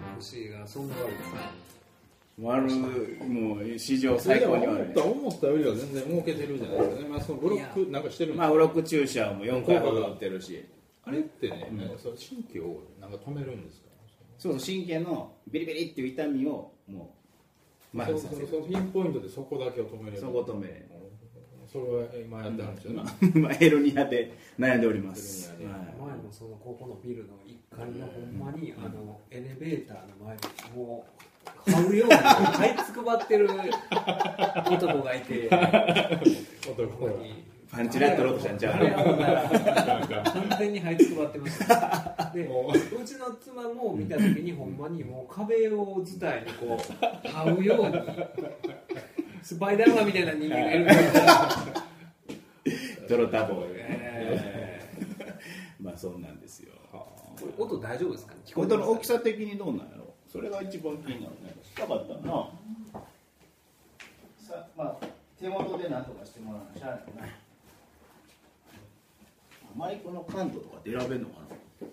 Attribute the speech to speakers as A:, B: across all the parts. A: なソングワールドさん
B: 悪いもう史上
C: そ
B: 最
C: れでも
B: 高に
C: 思
B: 悪
C: った
B: い
C: 思ったよりは全然儲けてるじゃないですかね、まあ、そのブロックなんかしてるんです
B: まあブロック注射も4回ほど打ってるし
C: あれってね、なんかその神経をなんか止めるんですか
B: そうそう神経のビリビリっていう痛みをもう麻
C: そ
B: 痺
C: う
B: させ
C: そう
B: る
C: そうピンポイントでそこだけを止めれる
B: そこ止める
C: それは今やってはるんですよね、
B: まあヘルニアで悩んでおります
C: ヘルニア
B: はい
A: 前のそのここのビルの1階のほんまにあのエレベーターの前にもう買うように買いつくばってる男がいて
C: 男
A: こ
C: が
A: こに
B: パンチラやったろうとしたんちゃう
A: あれ危ない
C: なんか
A: 完全に這いつくばってましたで
C: も
A: うちの妻も見た時にほんまにもう壁を伝いにこう這うようにスパイダーマンみたいな人間がいるから、
B: 泥タボ
A: え
B: まあそうなんですよ
A: ーこれ音大丈夫ですかね聞こえ
B: 音
A: て
B: の大き
A: ますか
B: さ的にどうなんやろそれが一番気になるねしたかったなさまあ手元で何とかしてもらわなしゃあないなマイクの感度とかって選べんのかな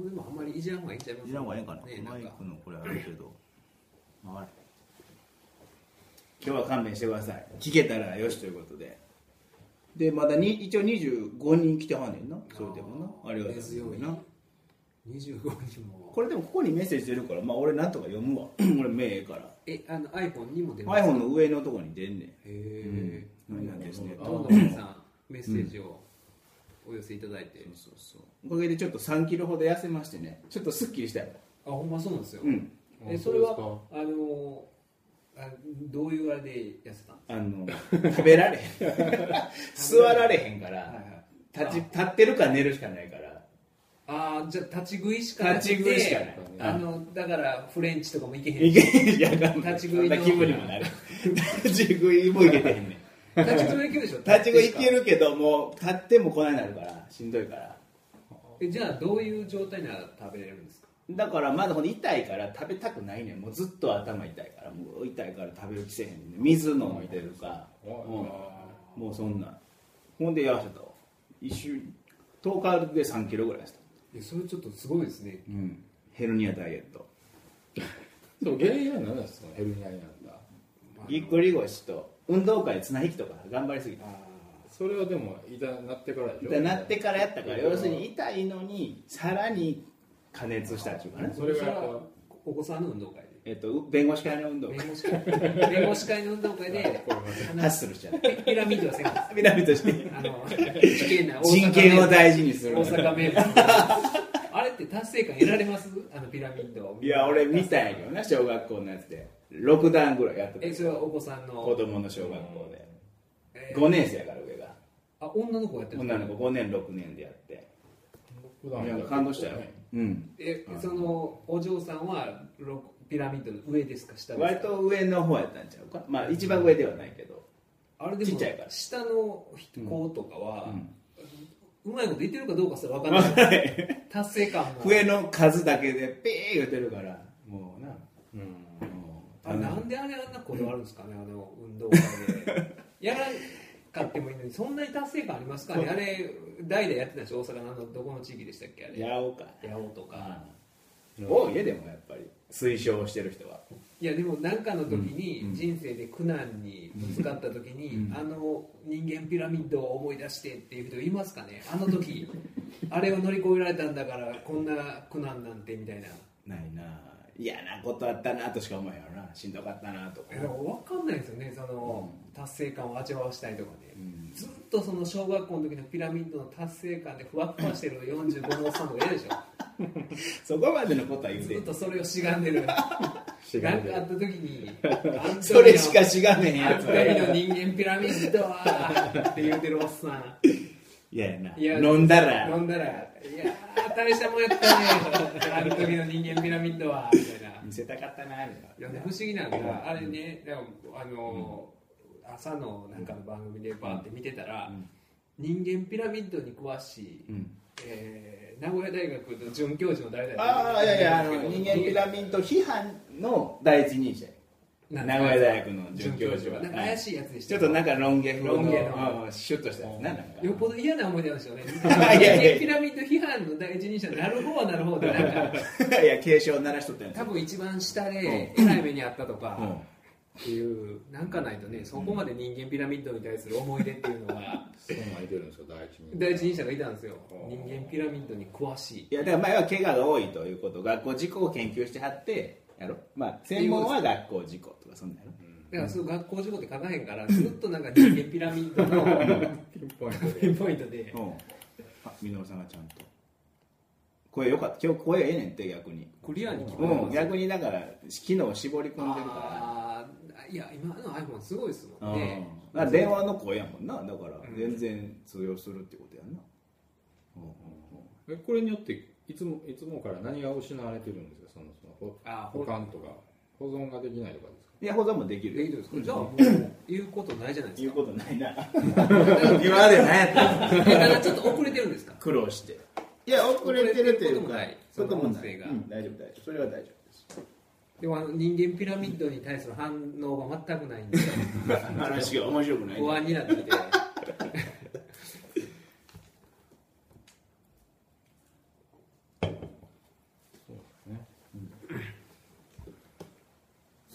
A: もうでもあんまりいじらんほうがいいんちゃいます
B: いらん方がええかな、
A: ねな
B: マ
A: ん
B: イ
A: か
B: クのこれある程度回る今日は勘弁してください聞けたらよしということででまだに一応25人来てはんねんなそれでもなありがとう
A: 強い
B: な
A: な25人も
B: これでもここにメッセージ出るからまあ俺なんとか読むわ 俺目ええから
A: えあの iPhone にも出ます
B: iPhone の上のとこに出んねん
A: へえ、
B: うんなんですね
A: どんどん皆さんメッセージをお寄せいただいて、
B: そうそうおかげでちょっと3キロほど痩せましてねちょっとすっきりしたよ
A: あほんまそうなんですよ、
B: うん
A: えそれはあのあどういうあれで痩せたん
B: あの食べられへん 座られへんか
A: はいは
B: ら
A: い
B: 立ち立ってるか寝るしかないから
A: ああじゃあ立ち食いしかなくて
B: 立ち食いしかない
A: あのだからフレンチとかもいけへん
B: い
A: 立
B: けいやがんない
A: 立ち食い
B: そ
A: の
B: んな気分にもなる立ち食いもいけてへんねん
A: ち食いいけるでしょ
B: 立ち食いいけ
A: る
B: るけどもう立ってもこないなるからしんどいから
A: えじゃあどういう状態なら食べれるんですか
B: だからまだほんで痛いから食べたくないねんもうずっと頭痛いからもう痛いから食べる気せえへんねん水飲んでるか、うんもうそんなんほんで痩せたわ一週10日で3キロぐらいした、
A: いやそれちょっとすごいですね
B: うん、ヘルニアダイエット
C: でも原因は何なんですかヘルニアになった
B: ぎっくり腰と運動会綱引きとか頑張りすぎた
A: あ
C: それはでも痛なってからでしょ
B: でなってからやったから要するに痛いのにさらに加熱したっていうかね
A: ー
C: それがやっぱ
A: お子さんの運動会で
B: えっと弁護士会の運動
A: 弁
B: 会
A: 護士会 弁護士会の運動会で
B: ハッスルし ちゃっ
A: ピピラミッドはせんかった
B: た南として
A: あの事件 な大阪名
B: 人
A: 物
B: 権を大事にする
A: 大阪名物あれって達成感得られますあのピラミッド
B: いや俺見たんやけどな小学校のやつで6段ぐらいやってた
A: えそれはお子さん
B: 子
A: の、
B: 供の小学校で
A: えー
B: 5年生やから上が
A: あ女の子がやってる
B: 女の子5年6年でやって
C: 普
B: い
C: 段
B: や感動したようん
A: え
B: うん
A: そのお嬢さんはロピラミッドの上ですか下です
B: 割
A: か
B: と上の方やったんちゃうかまあ一番上ではないけど
A: あれでも
B: ちっちゃいから
A: 下の子とかは、
B: うん
A: うまいこと言ってるかどうかすら分かん ない達成感も
B: 上の数だけでピー言ってるからもうなもう
A: あなんであれあんなこだわるんですかね、あの運動会でやらかってもいいのにそんなに達成感ありますかねあれ代々やってたでしょ大阪のあのどこの地域でしたっけあれ
B: やおうか
A: 八尾とか、
B: 多いねでもやっぱり推奨してる人はい
A: やでも何かの時
B: うんう
A: に
B: ん
A: 人生で苦難にぶつかった時に
B: うん
A: あの人間ピラミッドを思い出してっていう人いますかねあの時 あれを乗り越えられたんだからこんな苦難なんてみたいな
B: ないな嫌なことあったなとしか思えへんやろなしんどかったなとか
A: いや分かんないですよねその達成感を味わわしたいとかね
B: うん
A: ずっとその小学校の時のピラミッドの達成感でふわっふわしてる45のおっさんとかいるでしょ
B: そこまでのことは言う
A: ず
B: て
A: っとそれをしが んでる
C: しが
A: なんん
C: で
A: か
C: る
A: あった時にあん時
B: それしかしがねえ
A: あ
B: や
A: ん
B: つ
A: 時
B: だよ
A: の人間ピラミッドはって言うてるおっさん
B: いやない
A: や
B: 飲んだら
A: 飲んだら「いやー大したもんやったね」あの時の人間ピラミッドはみたいな
B: 見せたかったなみたい
A: いや不思議なのがあれねでもあのー朝のなんかの番組でバーって見てたら、
B: うん
A: 人間ピラミッドに詳しい、
B: うん
A: えー名古屋大学の准教授の誰々
B: ああいやいやあの人間ピラ
A: ミッ
B: ミッド批判の第一人者名古屋大学の准教授は
A: なんか
B: は
A: 怪
B: い
A: しいやつでした
B: ちょっとなんかロン毛風の
A: ロン毛の
B: うんシュッとしたやつななんか
A: よっぽど嫌な 思い出なんですよね
B: いやいや
A: ピラミッド批判の第一人者になる方はなる方でなんか
B: いや警鐘を鳴らしとったやつ
A: 多分一番下でえらい目にあったとか
B: うん
A: っていうなんかないとねそこまで人間ピラミッドに対する思い出っていうのは
C: そんなんいてるんですか第一に
A: 第一人者がいたんですよ
C: うん
A: 人間ピラミッドに詳しい
B: いやだから前は怪我が多いということ学校事故を研究してはってやろまあ専門は学校事故とかそんなんやろ
A: だからそう学校事故って書かへんからずっとなんか人間ピラミッドの
C: ピンポイント
A: ピ
C: で
A: ンポイントで
B: うんあみのるさんがちゃんと声よかった今日声ええねんって逆に
A: クリアに聞こえ
B: う
A: ま
B: ん
A: す
B: 逆にだから機能を絞り込んでるか
A: あーいや今の iPhone すごいです
B: ら
A: もんね
B: うんだから電話の声やもんなだから
A: うん
B: 全然通用するってことやんなうんうん
C: えこれによっていつもいつもから何が失われてるんですかそのそのほ
A: あ
C: 保管とか保存ができないとかですか
B: いや保存もできる
A: で
B: よ
A: きるんですかじゃあもう言うことないじゃないで
B: 言う
A: すか
B: ことないな今まで何やったん
A: えだからちょっと遅れてるんですか
B: 苦労していや遅れてるっていうか
A: 遅れてることもない
B: こともない
A: その音声が
B: うん大丈夫大丈夫それは大丈夫です
A: でもあの人間ピラミッドに対する反応が全くないんで
B: 話が面白くない
A: 不安になってきて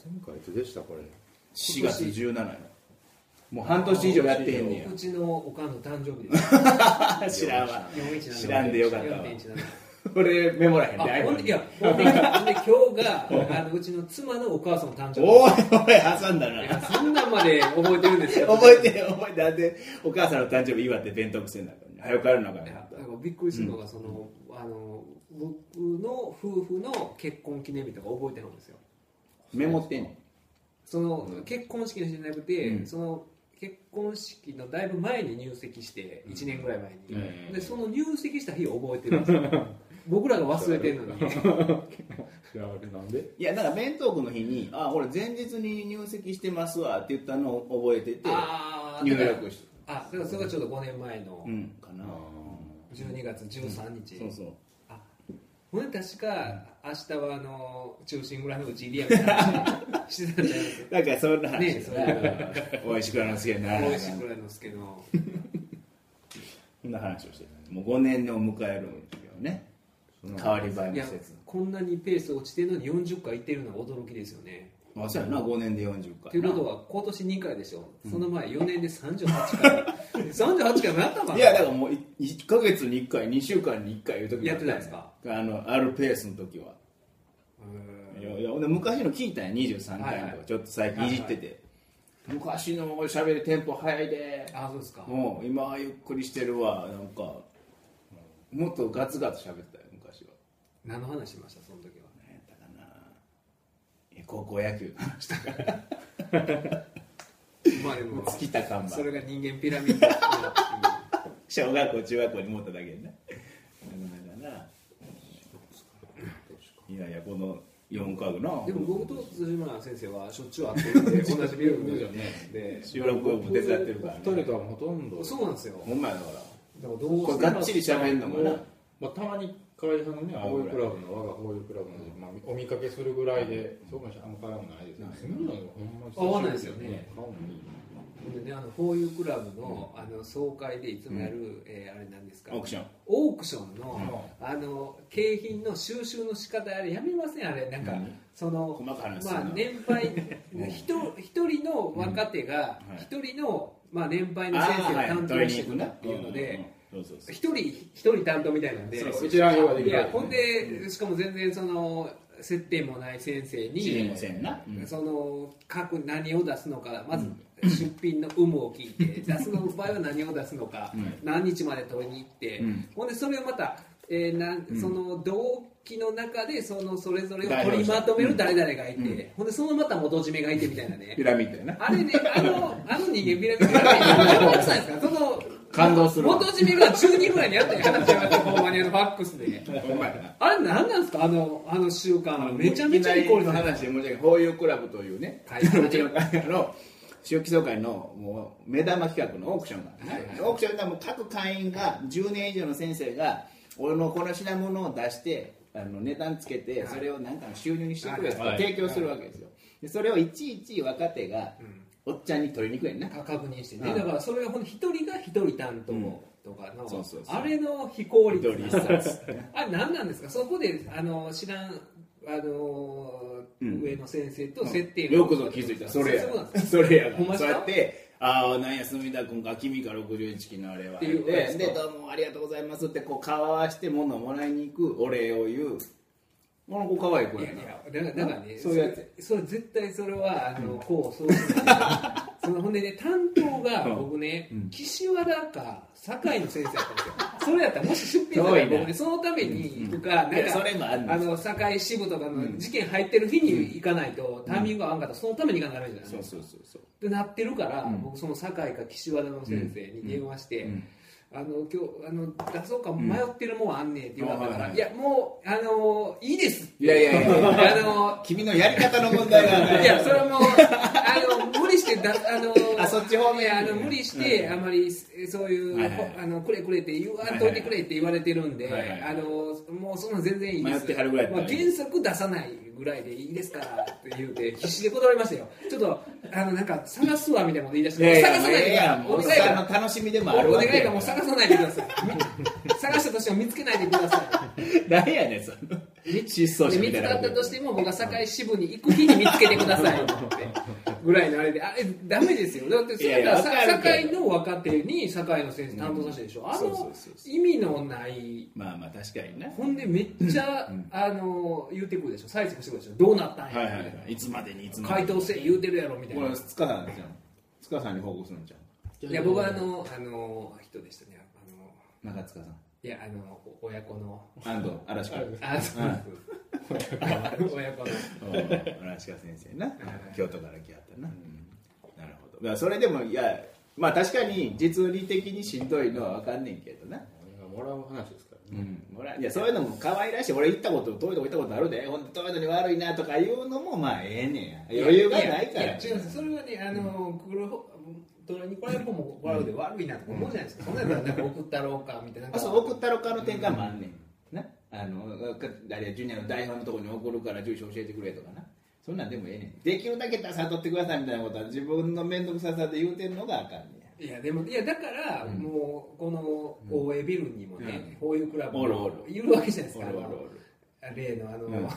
C: 前回いつでしたこれ
B: 4月17日もう半年以上やってへんね
A: うちのおかんの誕生日です
B: や知らんわ
A: 417
B: 知らんでよかったわ
A: 4.17
B: 俺メモらへん
A: あ
B: で
A: ほ
B: iPhone
A: んでい
B: に
A: やほんでほんで今日があのうちの妻のお母さんの誕生日
B: おいおい挟んだ
A: い
B: な
A: やそんなんまで覚えてるんですよ
B: 覚えて覚えてだってお母さんの誕生日祝って弁当くせんだから早く帰るのか
A: いや
B: な
A: なんかびっくりするのが、そのあの僕の夫婦の結婚記念日とか覚えてるんですよ
B: メモってんの
A: その、結婚式の日じゃなくて、
B: うん
A: その結婚式のだいぶ前に入籍して1年ぐらい前に、
C: うん
A: でその入籍した日を覚えてる んですよ僕らが忘れてるのに
C: いやあれなんで
B: いやなんか弁当くの日に「あほら前日に入籍してますわ」って言ったのを覚えてて
A: あー
B: 入
A: だから
B: 力して
A: あだからそれがちょっと5年前の
B: うんかな
A: 12月13日、
B: そうそう
A: あほんで確か明日はあの中心村のうち入りやみたいな話してたんじゃないで すか
B: なんかそんな
A: ねえ
B: 話
A: それは
B: おいしくなるのすげえな
A: 大石倉之介 の
B: そんな話をしてたもう5年を迎えるんですよね変わり映えの
A: いや
B: 季節
A: こんなにペース落ちてるのに40回行ってるのは驚きですよね
B: あそうやな5年で40回
A: ということは今年2回でしょ、その前4年で38回 38回もやったかない
B: やだからもう1か月に1回2週間に1回いう時もあ
A: やってたん
B: あのあるペースの時は、い
A: うーん
B: やいやほんで昔の聞いたんや23回のとか、
A: はいはい
B: ちょっと最近いじってて、昔のおしゃべりテンポ早いで
A: あそうですか
B: もう今はゆっくりしてるわなんかもっとガツガツしゃべってたよ昔は
A: 何の話しましたその時は
B: 何やったかなえ高校野球の話とか
A: まあでも
B: 尽きた看板
A: それが人間ピラミッド
B: 小学校中学校に持っただけでねなかなかないやいやこの4家具の
A: でも僕と辻村先生はしょっちゅう会ってる んで同じビル
C: そう
A: ム
C: ですよね
A: で
B: 収録を手伝ってるから、ね、
C: 2人とはほとんど
A: そうなんですよ
B: ほんまやだから
A: でもどう
B: これ
A: して
B: が
A: も
B: っちり喋んのもな
C: もうまあ、たまに河合さんのね、青いクラブの、我が青いクラブの、まあ、お見かけするぐらいで、そうかもしれない、あんま絡むのないですね。そういうのほんま
A: 合わないですよね。
C: 合わない
A: でね、あのフォーユークラブの,、あの総会でいつもやる、えーあれなんですか
B: オークション
A: オークションの,、あの景品の収集の仕方あれやめませんあれなんか、
B: うん
A: その
B: 細かい話する
A: ま
B: な
A: あ、年配
B: うん
A: ひと一人の若手が
B: うんはい
A: 一人の、まあ、年配の
B: あ
A: 先
B: ー
A: 生
B: はい
A: を
B: 取
A: 担当
B: り
A: し
B: に行
A: てい
B: く
A: く
B: な
A: なっていうので
B: うんうんそうそう
A: 一人一人担当みたいなんで
B: そうそう
C: 一覧表がで
A: い
C: きるわ
A: や
C: けです
A: ほん
C: ね
A: でしかも全然その接点もない先生に
B: 知りもせんな、うん
A: その各何を出すのかまず出品の有無を聞い て出すの場合は何を出すのか、
B: うん
A: 何日まで取りに行って、
B: うん
A: ほんでそれをまた、えーなん
B: うん
A: その同期の中でそのそれぞれを
B: 代
A: 取
B: 表
A: り
B: 者
A: まとめる誰々がい
B: う
A: て、
B: ん
A: ほんでそのまた元締めがいてみたいなね
B: ピラミッドやな
A: あれねあ のあの人間ピラミッドピラミッドじゃないですかその
B: 感動するわ
A: 元締めが中2ぐらいにやったり話しましたほんまにあのファックスで。
B: ほんまやな
A: あれ何なんですかあのあの習慣めちゃめちゃ
B: いき
A: い
B: な
A: い
B: り
A: 効率
B: の話で申し訳ないホーユークラブというね
A: はいう
B: ちの会社の周期総会のもう目玉企画のオークションがあってね、オークションがもう各会員が10年以上の先生が俺のこの品物を出してあの値段つけてそれをなんかの収入にしてくれと
C: はい
B: 提供するわけですよ、でそれをいちいち若手が
A: うん
B: おっちゃんに取りにくいねんな
A: か確認してね、
B: うん
A: だからそれがほんと一人が一人担当とかの、
B: そうそうそう
A: あれの非効率
B: 一人一冊
A: あれ何なんですかそこであの知らんあの、
B: うん
A: 上の先生と設定
B: よくぞ気づいたそれや
A: そうなんです
B: それや
A: ほん
B: が
A: まです
B: そう
A: か
B: やって「ああなんや隅田君か君か61期のあれは」
A: っていう
B: で
A: うん
B: で「どうもありがとうございます」ってこう顔合わして物をもらいに行くお礼を言うこの子可愛い子
A: い
B: や
A: やい
B: な
A: やだからだからね
B: そういうやつ
A: それそれ絶対それはあの、こうそういうのがそのほんでね担当が
B: うん
A: 僕ね、
B: うん
A: 岸和田か堺の先生だったんですよそれやったらもし出品されたら僕ねそのために行くか、
B: い
A: なん
B: や
A: か
B: それもあんね
A: あ
B: ん
A: の堺支部とかの事件入ってる日に行かないと、タイミングが合わんかったらそのために行かなきゃダメじゃない
B: そう
A: ですか
B: そうそうそう
A: ってなってるから、
B: うん
A: 僕その堺か岸和田の先生に電話して、
B: うん
A: あの今日あの出そうか迷ってるもんあんねんって言われたから、
B: うんあ
A: いやもうあのいいですって
B: いやいやいや
A: あの
B: 君のやり方の問題が
A: いやそれはもうあの無理してだあの
B: あそっち方面
A: いやあの無理してあまりえそういう、
B: はいはい
A: あのくれくれって言わんといてくれって言われてるんで、
B: はいはいはい
A: あのもうそんなん全然いいです
B: 迷ってはるぐらいだった
A: ま
B: ら
A: あ
B: いい
A: 原作出さないぐらいでいいですからって言うて必死で断りましたよちょっとあのなんか探すわみたいなこと言い出し
B: い
A: て
B: やい
A: 探
B: や
A: さ
B: もう
A: な
B: ええ
A: いか
B: や
A: ら
B: んもう
A: お
B: おじ
A: 願いだ
B: さ
A: か
B: ん
A: ら
B: の楽しみでもある
A: お
B: わ
A: 願
B: け
A: いからもう探さないでください探したとしても見つけないでくださ
B: なんやねんその失踪
A: い
B: 者
A: 見
B: みた
A: つ
B: いな
A: かったとしても僕は堺支部に行く日に見つけてくださいってぐらいのあれであれダメですよだってそれ
B: いやいや
A: は
B: わかるけど
A: 堺の若手に堺の先生担当させてでしょあ
B: そうそう
A: の
B: そうそ
A: 意味のない
B: まあまあ確かにな
A: ほんでめっちゃ
B: ん
A: あの言うてくるでしょ催促してくるでしょどうなったん
B: はいはいは
A: や
B: いいつまでにいつまで
A: 回
B: に
A: 答せえ言うてるやろみたい
B: こ
A: な
B: れ塚さんじゃん塚さんに報告するんじゃん
A: いや僕はあのあの人でしたねあの
B: 中塚さん
A: いやあの親子の
B: 安藤嵐子
A: あそうです 親子の
B: 村近先生な京都から来はったな、なるほどだからそれでもいやまあ確かに実利的にしんどいのは分かんねんけどな、
C: もらう話ですからね
B: うん、いやそういうのも可愛らしい俺行ったこと遠いとこ行ったことあるでほんと遠いのに悪いなとかいうのもまあええねんや余裕がないから
A: やや違うんですそれはねあの来る方どれに来られる方も来られるで悪いなとか思うじゃないですかそんなんやったらなんか送ったろうかみたいな
B: あそう送ったろかの転換もあんねん、なあのかあれやジュニアの台本のとこに送るから住所教えてくれとかなそんなんでもええねんできるだけ悟ってくださいみたいなことは自分の面倒くささで言うてんのがあかんねん
A: いやでもいやだから、もうこの大江ビルにもね、こういうクラブ
B: おるお
A: も
B: る
A: いるわけじゃないですか
B: おるおるおる
A: あの例のあの、
B: ん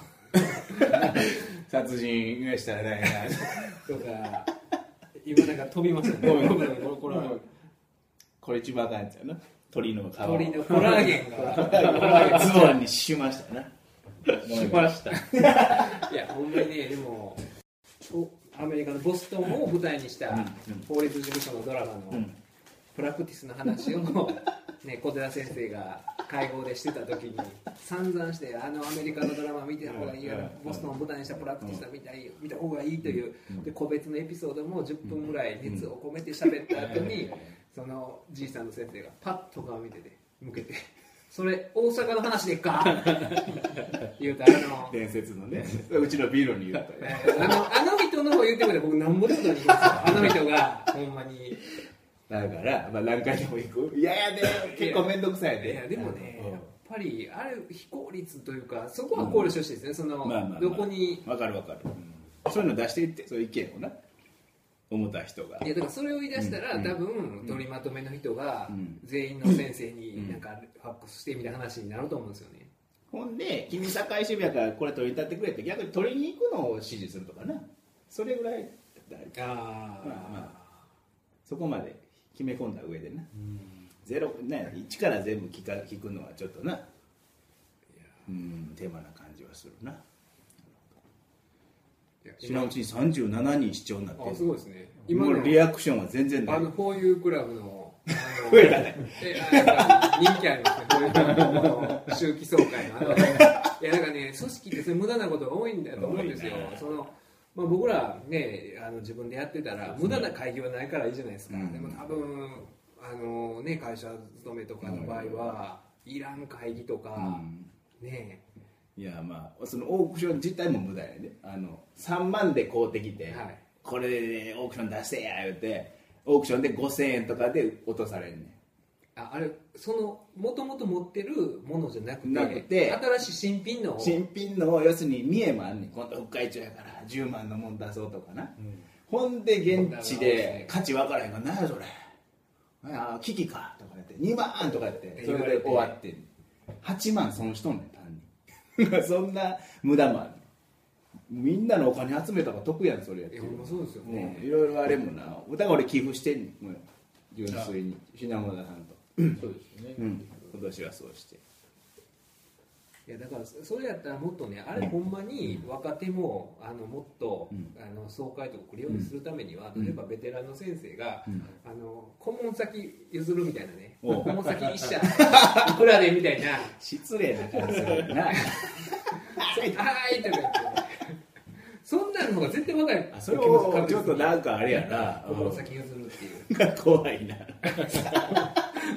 B: 殺人したらないな
A: とか今なんか飛びましたね
B: ごめんごめんこれこれこれ一番あかんやつやな鳥の皮
A: 鳥のコラーゲンが
B: ズボンにしましたなしました
A: いやほんまにねでもおアメリカのボストンを舞台にした法律事務所のドラマの
B: ん
A: プラクティスの話を、 ね、小寺先生が会合でしてた時に散々してあのアメリカのドラマ見てた方がいいよ
B: うん
A: ボストンを舞台にしたプラクティスは見たいよ見た方がいいというで個別のエピソードも10分ぐらい熱を込めて喋った後にそのじいさんの先生がパッと顔見てて向けて「それ大阪の話でっか?」 言うとあの。
B: 伝説のねうちのビールに言った
A: えーあのあの人の方言ってくれたら僕なんぼでもなりますよあの人がほんまにい
B: だから、まあ、何回でも行くいやいやで結構面倒くさいで
A: やでもね
B: うん
A: やっぱりあれ非効率というかそこは考慮してほしいですねそ
B: ま
A: の、
B: あまあまあ
A: どこに
B: わかるわかる、そういうの出していってそういう意見をな思った人が
A: いやだからそれを言い出したら、
B: うん
A: 多分取りまとめの人が、
B: うん
A: 全員の先生
B: うん
A: になんかファックスしてみたいな話になると思うんですよね
B: ほんで君堺渋谷からこれ取り立ってくれって逆に取りに行くのを指示するとかなそれぐらいだ
A: ああ、
B: そこまで決め込んだ上でなゼロね一から全部聞か聞くのはちょっとなうん手間な感じはするない
A: や
B: 知らんうちに37人視聴になって
A: あすごいですね
B: 今
A: 今の
B: のリアクションは全然ない
A: あのこういうクラブのあの
B: 増えたね
A: えあやっぱり人気ありますね、こういうのあの周期総会のあの、いやなんかね、組織ってそういう無駄なことが多いんだと思うんですよ
B: 多いね、
A: そのまあ、僕ら、ね、あの自分でやってたら、無駄な会議はないからいいじゃないですか、
B: うん
A: でも多分あの、ね、会社勤めとかの場合は、いらん会議とか、
B: うん
A: ね
B: いやまあそのオークション自体も無駄やねあの3万で買うてきて、
A: はい
B: これで、オークション出せや言うてオークションで5000円とかで落とされんね
A: ああれそのもともと持ってるものじゃなくて
B: なくて
A: 新しい新品のを
B: 新品の要するに三重もあんねん今度北海道やから10万のもん出そうとかな、ほんで現地で価値分からへんから何やそれあ危機かとか言って2万とか言ってそれで終わってん8万損しとんねん単に そんな無駄もあんねんみんなのお金集めた方が得やんそれやって
A: いやほんまそうですよね
B: ねいろいろあれもなだから俺寄付してんねんもう純粋に品物さんと、
C: そうですよね、
B: うん、今年はそうして
A: いやだからそそれやったらもっとねあれほんまに若手もあのもっと、
B: うん
A: あの総会とか来るようにするためには、
B: うん
A: 例えばベテランの先生が、
B: うん
A: あの顧問先譲るみたいなね
B: お
A: 顧
B: う
A: 問先一社い くらでみたいな「
B: 失礼な感じだよな
A: はーい」とか言ってそんなの方が絶対若い
B: あそれをちょっとなんかあれやな
A: 顧問先譲るっていう
B: 怖いな
A: ま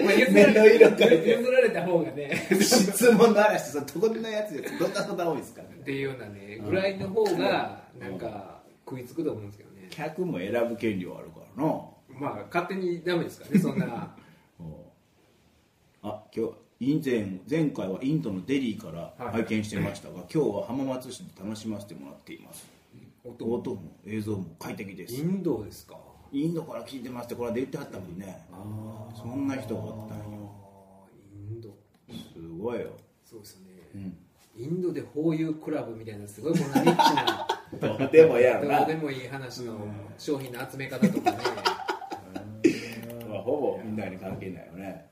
A: あ譲
B: 目の色
A: ら
B: 変え
A: れ
B: て
A: 譲られた方がね
B: 質問の嵐そどんなやつですどんなこと多いですか
A: っていうようなねぐらいの方がなんか食いつくと思うんですけどね
B: 客も選ぶ権利はあるからな
A: まあ勝手にダメですからねそん な
B: あ今日以前前回はインドのデリーから
A: はい
B: 拝見してましたが、 今日は浜松市で楽しませてもらっています音も映像も快適です
A: インドですか
B: インドから聞いてますってこれで言ってはったもんねそんな人がおったん
A: あ
B: よ
A: インド
B: すごいよ、
A: そうですよね、
B: うん、
A: インドでこういうクラブみたいなすごいこんなリッチ な
B: どうでもやろ
A: ど
B: な
A: うでもいい話の商品の集め方 とかね
B: まあ、ほぼみんなに関係ないよね、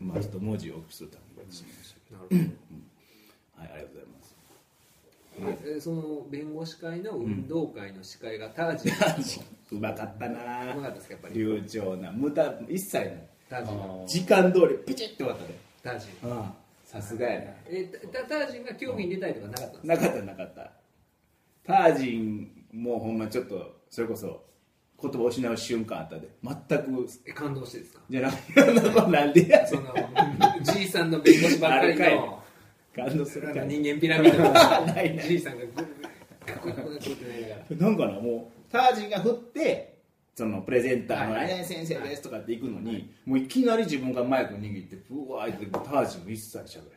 B: うん、まあ一文字を大きくするためにしまし
A: なる
B: たはいありがとうございます
A: ほどえその弁護士会の運動会の司会がタージン
B: うまかった
A: うまか
B: な
A: ったですかやっぱり
B: 流暢な無駄一切ない
A: タージン
C: あー
B: 時間通りピチッと終わったね
A: タージン
B: うんさすがや
A: えタタタージンが競技に出たいとかなかったんですか
B: ななかったなかったタージンもうほんまちょっとそれこそ言葉を失う瞬間あったで全く
A: え感動してですか
B: じゃなくてなんでや
A: そのじいさんの弁護士ばっかり
B: あるか
A: の
B: 感動する
A: なん
B: か
A: から人間ピラミッドの
B: ないない
A: じいさんがグーグーかっこいいことなってないから
B: なんかなもうタージンが振ってそのプレゼンターの「
A: はいはい
B: 何々先生です」とかって行くのに、もういきなり自分がマイク握ってブワーってタージンを一切しゃべれん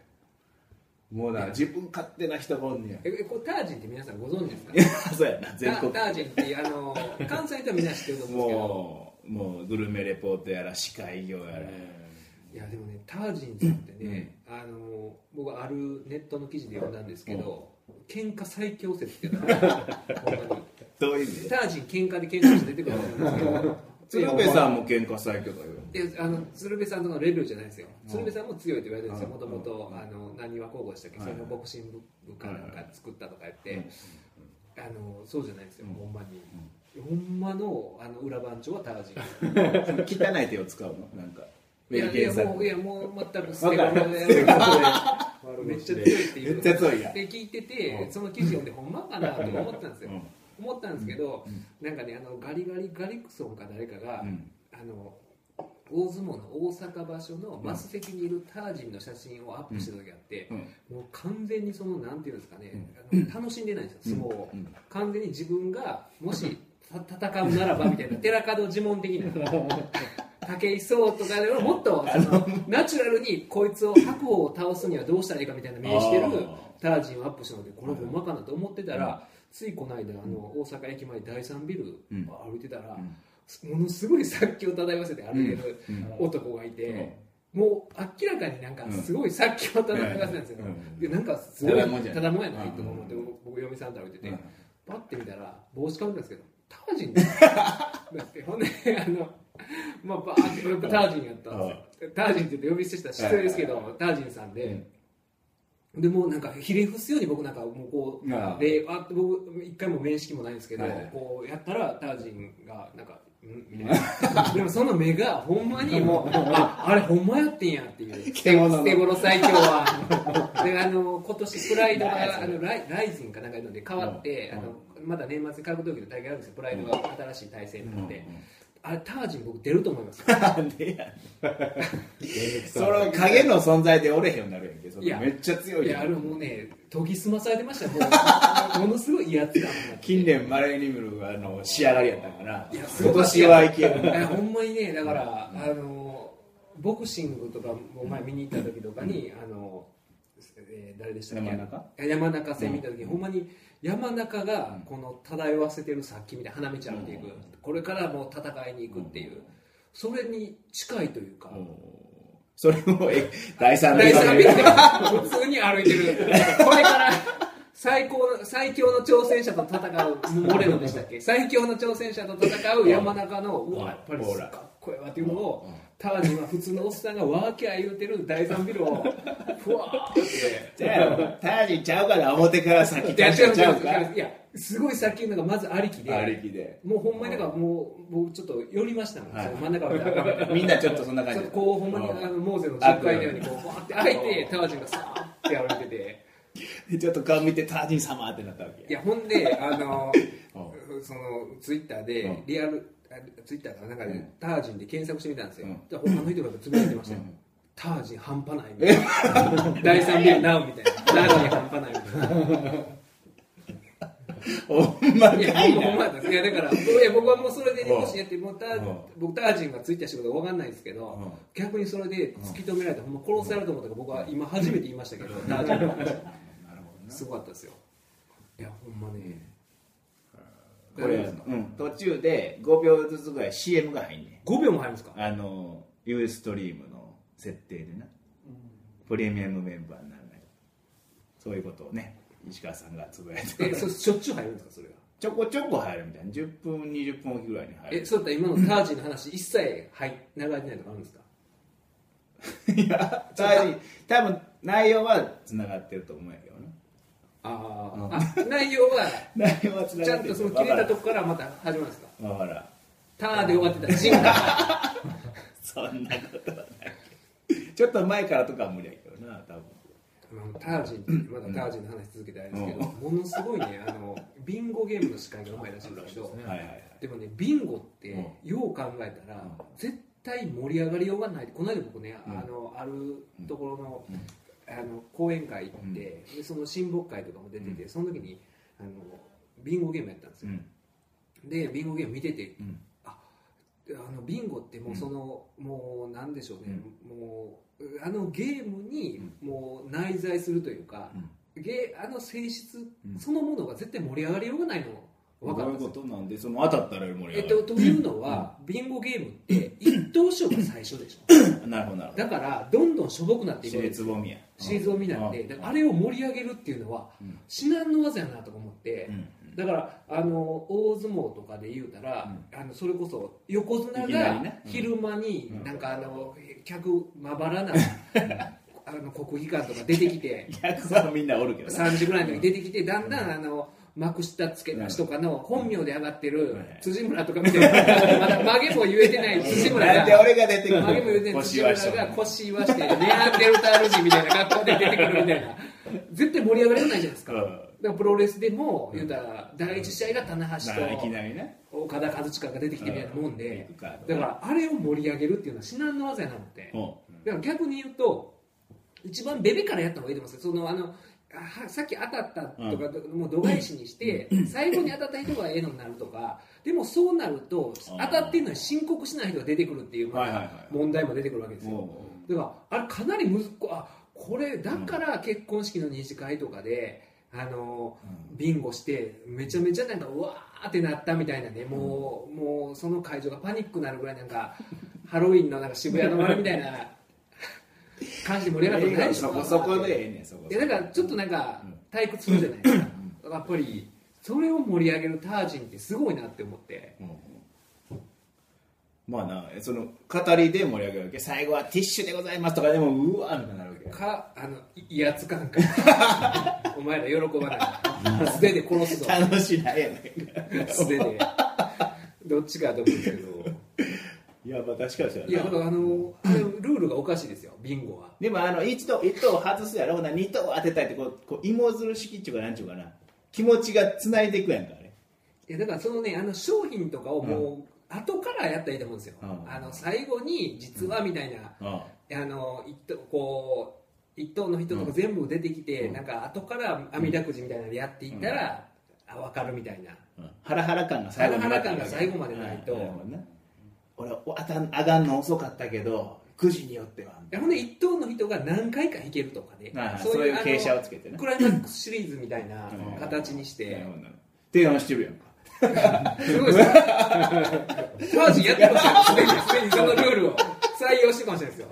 B: もうな自分勝手な人がおんねや
A: えこれタージンって皆さんご存知です か
B: そうやな全
A: タ
B: 国
A: タージンってあの関西ではみんな知ってると思うんですけど
B: もうもうグルメレポートやら司会業やら、
A: いやでもねタージンさんってね、あの僕あるネットの記事で読んだんですけど、喧嘩最強説っていうのが あるほんまに
B: どういう意味
A: タ
B: で
A: ージン喧嘩で喧嘩して出てくると思うんですけど
B: 鶴瓶さんも喧嘩最強だよ
A: であの鶴瓶さんとのレベルじゃないですよ鶴瓶さんも強いと言われてるんですよ
B: うん
A: もともとあの何は交互でしたっけ、
B: はい
A: それのボクシング部かなんか作ったとか言って、あのそうじゃないですよ、
B: うん
A: ほんまに、ほんまのあの裏番長はタージン
B: 汚い手を使うのなんか
A: いやいやもういやもう全く捨て
B: わか
A: 物
B: る
A: でやる
C: 悪
A: めっち
C: 口
A: ゃ強
C: で
A: いっていう
B: めっちゃ強いやん
A: で聞いてて、
B: うん
A: その記事読んでほんまかなとか思ったんですよ、
B: うん
A: 思ったんですけど、なんかねあのガリガリガリクソンか誰かが、
B: うん
A: あの大相撲の大阪場所のマス席にいるタージンの写真をアップした時あって、
B: うん
A: もう完全にそのなんていうんですかね、あの楽しんでないんです
B: う
A: よ
B: ん
A: 相撲を、
B: うん
A: 完全に自分がもした戦うならばみたいな寺門自問的な武井壮とかでももっとそのナチュラルにこいつを白鵬を倒すにはどうしたらいいかみたいな目してる
B: あー
A: タージンをアップしたのでこれほんまかなと思ってたら、ついこの間あの大阪駅前第三ビル
B: うん
A: 歩いてたら、
B: うん
A: ものすごい殺気を漂わせて歩いてる
B: うん
A: 男がいて、もう明らかになんかすごい殺気を漂わせてるんですよ、
B: うん
A: でなんかすごい
B: ただもんじゃな
A: た
B: い
A: だもんやない
B: うん
A: と思って、僕嫁さんと歩いてて、
B: うん
A: パッて見たら帽子かぶったんですけどタージンだよ だってほんであのまあバーって俺タージンやったんですよタージンって言って呼び捨てしたら失礼ですけど、タージンさんで、でもうなんかひれ伏すように僕なんかもうこう
B: ああ
A: であ僕一回も面識もないんですけど、
B: はい
A: こうやったらタージンがなんか「ん?」みたい なでもその目がほんまにもうああれほんまやってんやっていう
B: 着て物の
A: 捨て頃最強 はであの今年プライドがあのライライジンかなんかいうので変わって、
B: うん
A: あのまだ年末格闘技の大会あるんですよプライドが新しい体制になって、
B: うんうん
A: あれタージン僕出ると思い ます
B: なんでや その影の存在でおれへんようになるやんけその
A: いや
B: めっちゃ強い
A: い
B: や
A: やあ
B: ん
A: れもうね研ぎ澄まされてましたよもうものすごい威圧感があって
B: 近年まれに見るあの仕上がりやったから
A: いやすご
B: 今
A: かった
B: 年はいける
A: いやほんまにねだから、あのボクシングとかお前見に行った時とかに、あの、えー誰でしたっけ
B: 山中
A: 山中戦見た時に、ほんまに山中がこの漂わせてる殺気みたいな花道歩いていく、
B: うん
A: これからもう戦いに行くっていう、それに近いというか、
B: それをえ第三
A: 第
B: の
A: 三ビルで普通に歩いてるこれから最高の最強の挑戦者と戦うモレノでしたっけ最強の挑戦者と戦う山中のうわやっぱりすっかっこええわっていうのをただには普通のおっさんがワーキャー言うてる第三ビルをふわーって。
B: じゃあタージンちゃうから表から先
A: いや
B: ち
A: 違う
B: ゃう
A: 違
B: か
A: う違ういやすごいさっきのがまずありきで
B: ありきで
A: もうほんまにだからもう僕ちょっと寄りましたもん、
B: はい
A: その真ん中をち
B: みんなちょっとそんな感
A: ょっ
B: じ
A: とこうほんまにあのモーゼの10回のようにこうバーって開いてタワジンがさーって歩いてて
B: でちょっと顔見てタージン様ってなったわけ
A: いやほんであの
B: う
A: そのツイッターで
B: うん
A: リアルあツイッターかななんかで、
B: うん
A: タージンで検索してみたんですよ、
B: うん
A: じゃ他の人がつぶやいてましたよ、
B: うん
A: タージン半端ないみたいな第三ビルナウみたいなタージン半端ないみたいな
B: ほんま
A: いや、
B: かい
A: 僕ほんま
B: な
A: やったんですいや、だから、いや、僕はもうそれで、
B: うん
A: もしやって、もうター
B: うん
A: 僕、タージンがついた仕事わかんないですけど、
B: うん
A: 逆にそれで突き止められて、ほんま殺されると思ったから、僕は今初めて言いましたけど、タージンの話。すごかったですよ。いや、ほんまね。
B: これ、うん、途中で5秒ずつぐらい CM が入んねん
A: 5秒も入るんですか
B: あの u ストリームの設定でな、プレミアムメンバーにならないそういうことをね石川さんがつぶやい
A: え、
B: て
A: そしょっちゅう入るんですか、それが。
B: ちょこちょこ入るみたいな10分20分おきぐらいに入
A: え、
B: る
A: そういったら今のタージンの話、一切入流れてないとかあるんですか
B: いや多分多分内容はつながってると思うんやけどな
A: あ
B: うん
A: ーあ、内容は、
B: 内容はつな
A: ち
B: が
A: ゃ
B: っ
A: ん
B: て
A: と
B: る
A: その切れたとこからまた始まるんですか
B: わからんわからん
A: ターで終わってたら、 ジンが。
B: そんなことはないけどちょっと前からとかは無理やけどな多分
A: まあタージンってまだタージンの話続けてあれですけど、ものすごいねあのビンゴゲームの司会がうまいらしいんだけど
B: はいはいはい
A: でもねビンゴって
B: う
A: よう考えたら絶対盛り上がりようがないこの間僕ねあのあるところの
B: うん
A: あの講演会行ってでその親睦会とかも出ててその時にあのビンゴゲームやったんです
B: う
A: よ
B: ん
A: でビンゴゲーム見てて
B: うん
A: あのビンゴってもうその、もうなんでしょうね、もうあのゲームにもう内在するというか、ゲーあの性質
B: うん
A: そのものが絶対盛り上がりようがないの分か
B: ど
A: っ
B: う
A: た
B: いうこ
A: んですよ。
B: となんでその当たったら盛り上
A: えっ
B: が
A: と、
B: る、
A: というのは、ビンゴゲームって一等賞が最初でしょ
B: なるほどなるほど
A: だからどんどんしょぼくなっていく
B: 私
A: んです
B: 立
A: よ
B: ボミや
A: シリーズを見なくて
B: うん
A: だからあれを盛り上げるっていうのは
B: うん
A: 至難の技やなとか思って、
B: うん
A: だからあの大相撲とかで言うたら、あのそれこそ横綱
B: いきなり
A: が
B: ねうん
A: 昼間になんかあの客ま ばらな、あの国技館とか出てきて
B: 客はみんなおるけどな
A: 3時ぐらいの時に出てきてだんだんあの幕下付け出しとかの本名で上がってる
B: うん
A: 辻村とかみたいなまだ曲げも言えてない辻村
B: なんで
A: が。
B: 俺が出てくる
A: 曲げも言えてない辻村が腰言わしてネアンデルタール人みたいな格好で出てくるみた いな絶対盛り上がれないじゃないですか
B: うん
A: だからプロレスでも、言うたら第一試合が棚橋
B: なあいきな
A: と
B: りね
A: 岡田和親が出てきてみたいなもんで
B: うん
A: だからあれを盛り上げるっていうのは至難の技やなって
B: うん
A: だから逆に言うと一番ベベからやった方がいいと思いますよそのあのあさっき当たったとか、もう度外視にして最後に当たった人がええのになるとかでもそうなると当たってるのに申告しない人が出てくるっていうまあ
B: はいはいはい
A: 問題も出てくるわけですよ。
B: も
A: だからあれかなりむずこあこれだから結婚式の二次会とかで、あの
B: う
A: ビンゴしてめちゃめちゃなんかうわーってなったみたいなねもう,、もうその会場がパニックになるぐらいなんかハロウィンのなんか渋谷の丸みたいな感じで盛り上がってないでし
B: そ
A: ょ
B: こそこでええねんそこ
A: いやだからちょっとなんか退屈するじゃないですかだからやっぱりそれを盛り上げるタージンってすごいなって思って
B: うんまあなその語りで盛り上げるわけ最後はティッシュでございますとかでもうわーみたいになるわけ
A: かあのい威圧感 かお前ら喜ばない素手で殺すぞ
B: 楽しないやね
A: 素手でどっちかやと思うんですけど
B: いやまあ確かにそう
A: いやだからあのあれルールがおかしいですよビンゴは
B: でもあの一度一等を外すやろほな二等を当てたいってこうこう芋づる式っていうかなんちゅうかな気持ちがつないでいくやんかあれ
A: いやだからそのねあの商品とかをもう後からやったらいいと思うんですよ、
B: うん
A: あの最後に実はみたいな、
B: うん
A: あの一等こう一等の人とか全部出てきて、なんか後から網だくじみたいなのやっていったら、あ分かるみたいな
B: うんハラハラ感が最後
A: ハラハラ感が最後までないと
B: うんなるほどね俺お当たん上がんの遅かったけどくじによっては。
A: ほんで一等の人が何回か弾けるとかね
B: はいはいそういう傾斜をつけてね
A: あのクライマックスシリーズみたいな
B: うん
A: 形にし
B: なる
A: て
B: ほどなるほど提案してるやんか。
A: すごいですよマジやってほしいですでにそのルールを採用してほしいですよ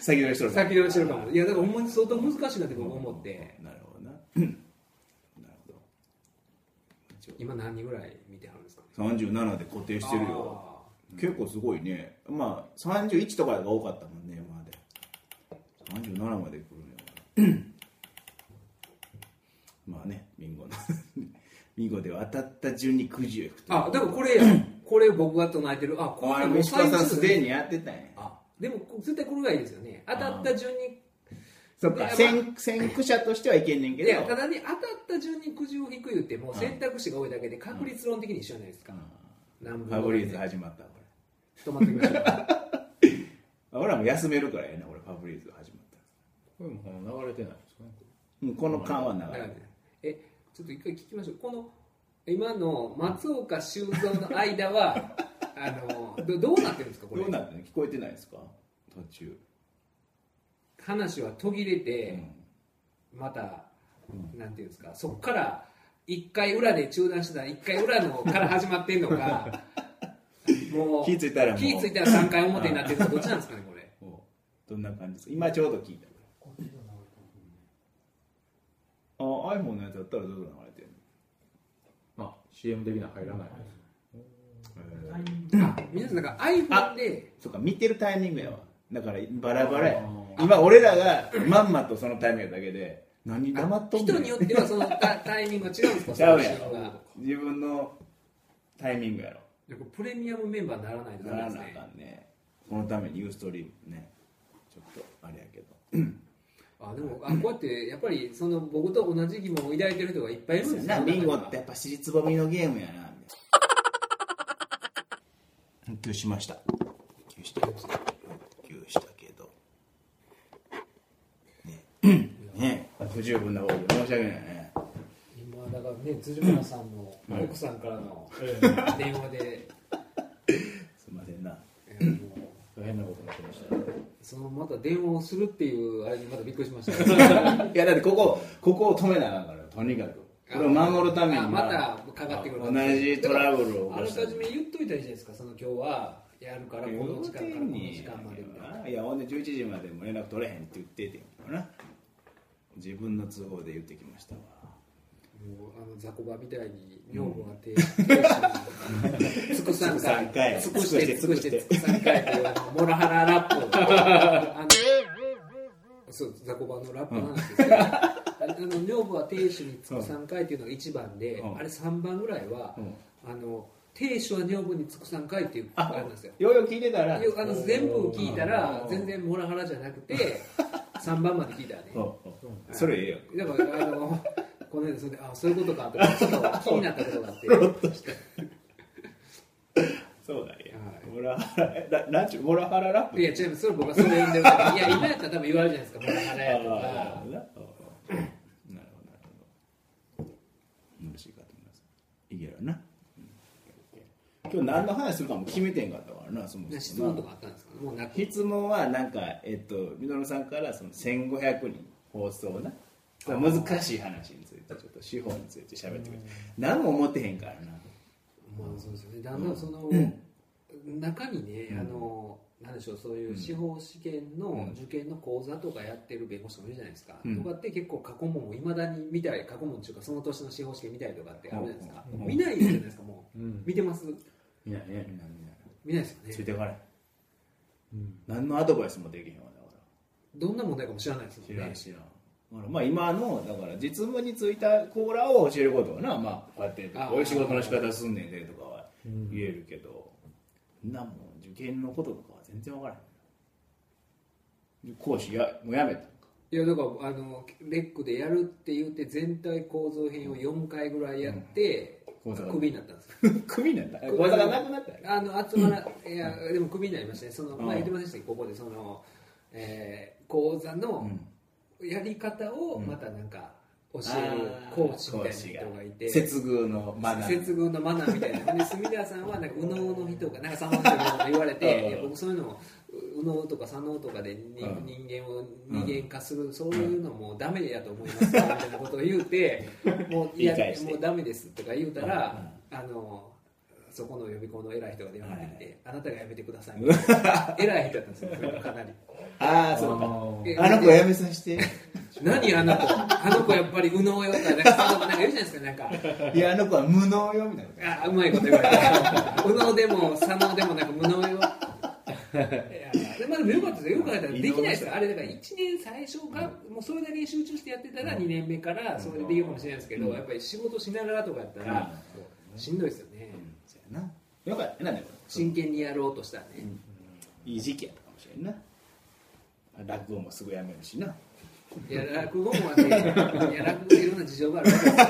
B: 先取りしてる
A: 先取りしてるかもいやだからほんまに相当難しいなって僕思って
B: なるほどな。 うんなるほど。
A: 今何人ぐらい見てはるんですか
B: 37で固定してるよ。結構すごいね。まあ、31とかが多かったもんね、今まで。37まで来るね。 まあね、ビンゴの。 ビンゴでは当たった順にくじを引くと。
A: あーあでもこれやこれ僕が唱えてるあこ
B: あ
A: れ
B: れ、
A: もう
B: もしか
A: 最
B: したら
A: 初
B: すでにやってたんや。
A: あでも絶対これがいいですよね当たった順に
B: そっか、先先駆者としてはいけんねんけ
A: い
B: ど。
A: やただね当たった順にくじを引く言っても選択肢が多いだけで確率論的に一緒じゃないですか、何
B: ファブリーズ始まった、これ。
A: 止まってく ださい
B: 俺はもう休めるからやな、俺、ファブリーズ始まった。
C: これもこの流れてないですかね
B: うんこの間は
A: だ
B: 長
A: から
B: い。
A: ねえちょっと一回聞きましょうこの今の松岡修造の間 はあのどどうなってるんですかこれ
B: どうなってんの聞こえてないですか途中。
A: 話は途切れ
B: う
A: て、
B: ん
A: またなんていうんですかそこから一回裏で中断してたら一回裏のから始まってん のかもう
B: 気付いたらもう
A: 気付いたら3回表になってるのかどっちなんですかねこれ
B: おどんな感じですか今ちょうど聞いた。あ、iPhone のやつだったらどう流れてんの
C: あ CM 的な入らないです
B: えー
A: あ皆さんなんか iPhone で
B: そっか、見てるタイミングやわ。だから、バラバラや
C: あ。
B: 今、俺らがまんまとそのタイミングだけで、何黙っとんねん
A: 人によってはそのタタイミングが違うんですか
B: ちゃう
A: そ
B: や
A: の人が
B: ろ。自分のタイミングやろ。
A: でこれプレミアムメンバーにならないと
B: な
A: ダ
B: ら
A: メ
B: なあ
A: ですね
B: かんね。そのためにユーストリームね。ちょっと、あれやけど。
A: あでもあこうやってやっぱりその僕と同じ疑問を抱いてる人がいっぱいいるんです
B: な
A: よ
B: ビンゴってやっぱ尻つぼみのゲームやなみたいな復旧しました復旧した復旧したけどねね不十分な方で申し訳ないね
A: 今だからね辻村さんの奥さんからの電話で、
B: すいませんな
A: えーもう
C: 大変なことになってました
A: そのまた電話をするっていうあれにまたびっくりしました、
B: いやだってここここを止めなあかんからとにかくこれを守るために
A: あ
B: は
A: またかかってく
B: 同
A: る
B: じトラブルを起
A: あ
B: こ
A: ら
B: し
A: か
B: た
A: じめ言っといたらいいじゃないですかその今日はやるからこの時間からこの時間までみたいない
B: やほんで11時までも連絡取れへんって言っててんからな自分の都合で言ってきましたわ
A: もうあの雑魚場みたいに女房が 手手をつくさん
B: つ
A: か
B: くさんかい
A: つくして
B: つ
A: つ
B: く
A: く
B: し
A: しててつくさんかいっていうあのモラハララップあのそう雑魚場のラップなんですけど、あの女房は亭主につくさんかいっていうのが1番で、
B: うん
A: あれ3番ぐらいは、
B: うん
A: あの亭主は女房につくさんかいっていうあれなんですよ
B: ようよう聞いてたら
A: いうあの全部を聞いたら全然モラハラじゃなく て3番まで聞いたらね
B: そうそれええよ
A: だからあの この間それであそういうことかとかちょ っと気になったことがあって
B: そうだよ
A: はい
B: モラハララランチモラハララップ
A: いや違うそれ僕はそれ呼んでるからいや今やったら多分言われるじゃないですかモラハラ
B: あ
A: や
B: ーなる
A: とか
B: ほどなるほどよろしいかと思いますいけるなうん今日何の話するかも決めてんかったからなそもそもな
A: 質問とかあったんですかもうなく
B: 質問はなんかえっとみのるさんからその1500人放送なそれは難しい話についてちょっと司法について喋ってくれて何も思ってへんからな
A: まあそうですよねだんだんその、中にね、あのなんでしょうそういう司法試験の受験の講座とかやってる弁護士もいるじゃないですか、
B: うん
A: とかって結構過去問をいまだに見たり過去問っていうかその年の司法試験見たりとかってあるじゃないですか、
B: うん
A: 見ないじゃないですかもう、
C: うん
A: 見てます
C: いないね
B: みんなみんな
A: 見ないですよね
B: ついてからん
C: うん
B: 何のアドバイスもできへんわだから
A: どんな問題かも知らないですもん
B: 知らん
A: ね
B: 知らんほらまあ今のだから実務についたコーラを教えることはなまあこうやって
A: あー
B: こういう仕事の仕方すんねんでとかは
C: うん
B: 言えるけど、そんなもん受験のこととかは全然分からへん講師やもうやめたんか
A: いやだからあのレックでやるって言って全体構造編を4回ぐらいやって、
B: 講座が
A: クビになったんですよ
B: クビなんだ講座がなくなったよ
A: あの集まらいやでもクビになりましたねその、
B: うん
A: まあ、言ってませんでしたっけここでその、えー講座のやり方をまたなんか教えるコーチみたいな人がいて
B: 接遇のマナー
A: 接遇のマナーみたいなで隅田さんはなんか右脳の人がなんか左脳の人が言われて
B: うん
A: いや僕そういうのも右脳とか左脳とかでに、
B: うん
A: 人間を二元化する、そういうのもうダメやと思いますよみたいなことを言う てもういや
B: 理解して
A: もうダメですとか言うたら、あのそこの予備校の偉い人が電話かけてきて、あなたがやめてくださいみたいな偉い人だったんですよそれがかなり
B: ああそうか
C: あ
B: あの子やめさせて
A: 何あの子あの子やっぱり右脳よとかなんかそういうのなんか言うじゃないですかなんか
B: いやあの子は無能よみたいな
A: あうまいこと言われた右脳でも左脳でもなんか無能よいやでまあでもよかったですよよく考えたらできないですよあれだから1年最初がもうそれだけに集中してやってたら2年目からそれでできるかもしれないですけど、やっぱり仕事しながらとかやったらしんどいですよね、
B: そうやなよかったなんだよ
A: 真剣にやろうとしたらね、
B: いい時期やったかもしれんな落語もすぐやめるしない
A: や落語もあっていや落語いろんな事情があるわけ ですよほん